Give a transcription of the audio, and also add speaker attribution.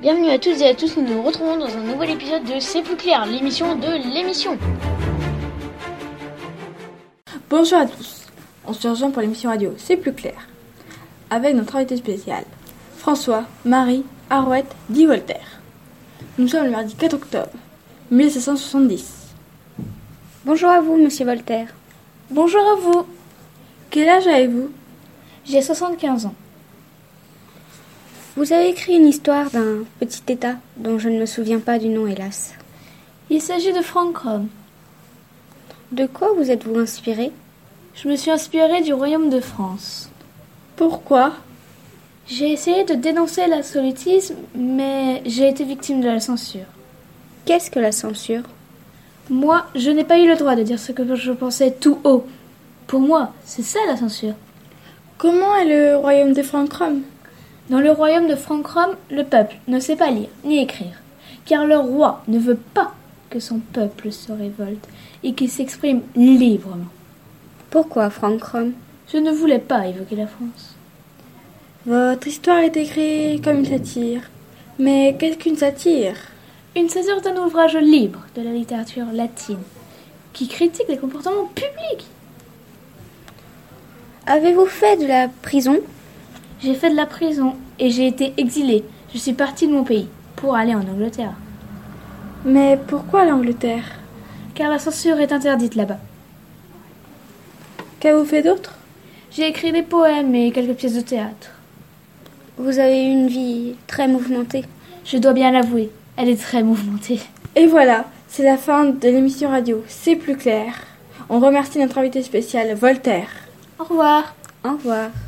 Speaker 1: Bienvenue à toutes et à tous, nous nous retrouvons dans un nouvel épisode de C'est plus clair, l'émission de l'émission.
Speaker 2: Bonjour à tous, on se rejoint pour l'émission radio C'est plus clair, avec notre invité spécial, François, Marie, Arouette, Di Voltaire. Nous sommes le mardi 4 octobre 1770.
Speaker 3: Bonjour à vous, monsieur Voltaire.
Speaker 2: Bonjour à vous, quel âge avez-vous
Speaker 4: J'ai 75 ans.
Speaker 3: Vous avez écrit une histoire d'un petit état dont je ne me souviens pas du nom, hélas.
Speaker 4: Il s'agit de Frank Rome.
Speaker 3: De quoi vous êtes-vous inspiré
Speaker 4: Je me suis inspirée du royaume de France.
Speaker 2: Pourquoi
Speaker 4: J'ai essayé de dénoncer l'absolutisme, mais j'ai été victime de la censure.
Speaker 3: Qu'est-ce que la censure
Speaker 4: Moi, je n'ai pas eu le droit de dire ce que je pensais tout haut. Pour moi, c'est ça la censure.
Speaker 2: Comment est le royaume des Francroms
Speaker 4: Dans le royaume de Francrome, le peuple ne sait pas lire ni écrire, car le roi ne veut pas que son peuple se révolte et qu'il s'exprime librement.
Speaker 3: Pourquoi Frank Rome
Speaker 4: Je ne voulais pas évoquer la France.
Speaker 2: Votre histoire est écrite comme une satire. Mais qu'est-ce qu'une satire
Speaker 4: Une satire est un ouvrage libre de la littérature latine qui critique les comportements publics.
Speaker 3: Avez-vous fait de la prison
Speaker 4: J'ai fait de la prison et j'ai été exilée. Je suis partie de mon pays pour aller en Angleterre.
Speaker 2: Mais pourquoi l'Angleterre
Speaker 4: Car la censure est interdite là-bas.
Speaker 2: Qu'avez-vous fait d'autre
Speaker 4: J'ai écrit des poèmes et quelques pièces de théâtre.
Speaker 3: Vous avez eu une vie très mouvementée.
Speaker 4: Je dois bien l'avouer, elle est très mouvementée.
Speaker 2: Et voilà, c'est la fin de l'émission radio C'est plus clair. On remercie notre invité spécial Voltaire.
Speaker 4: Au revoir.
Speaker 3: Au revoir.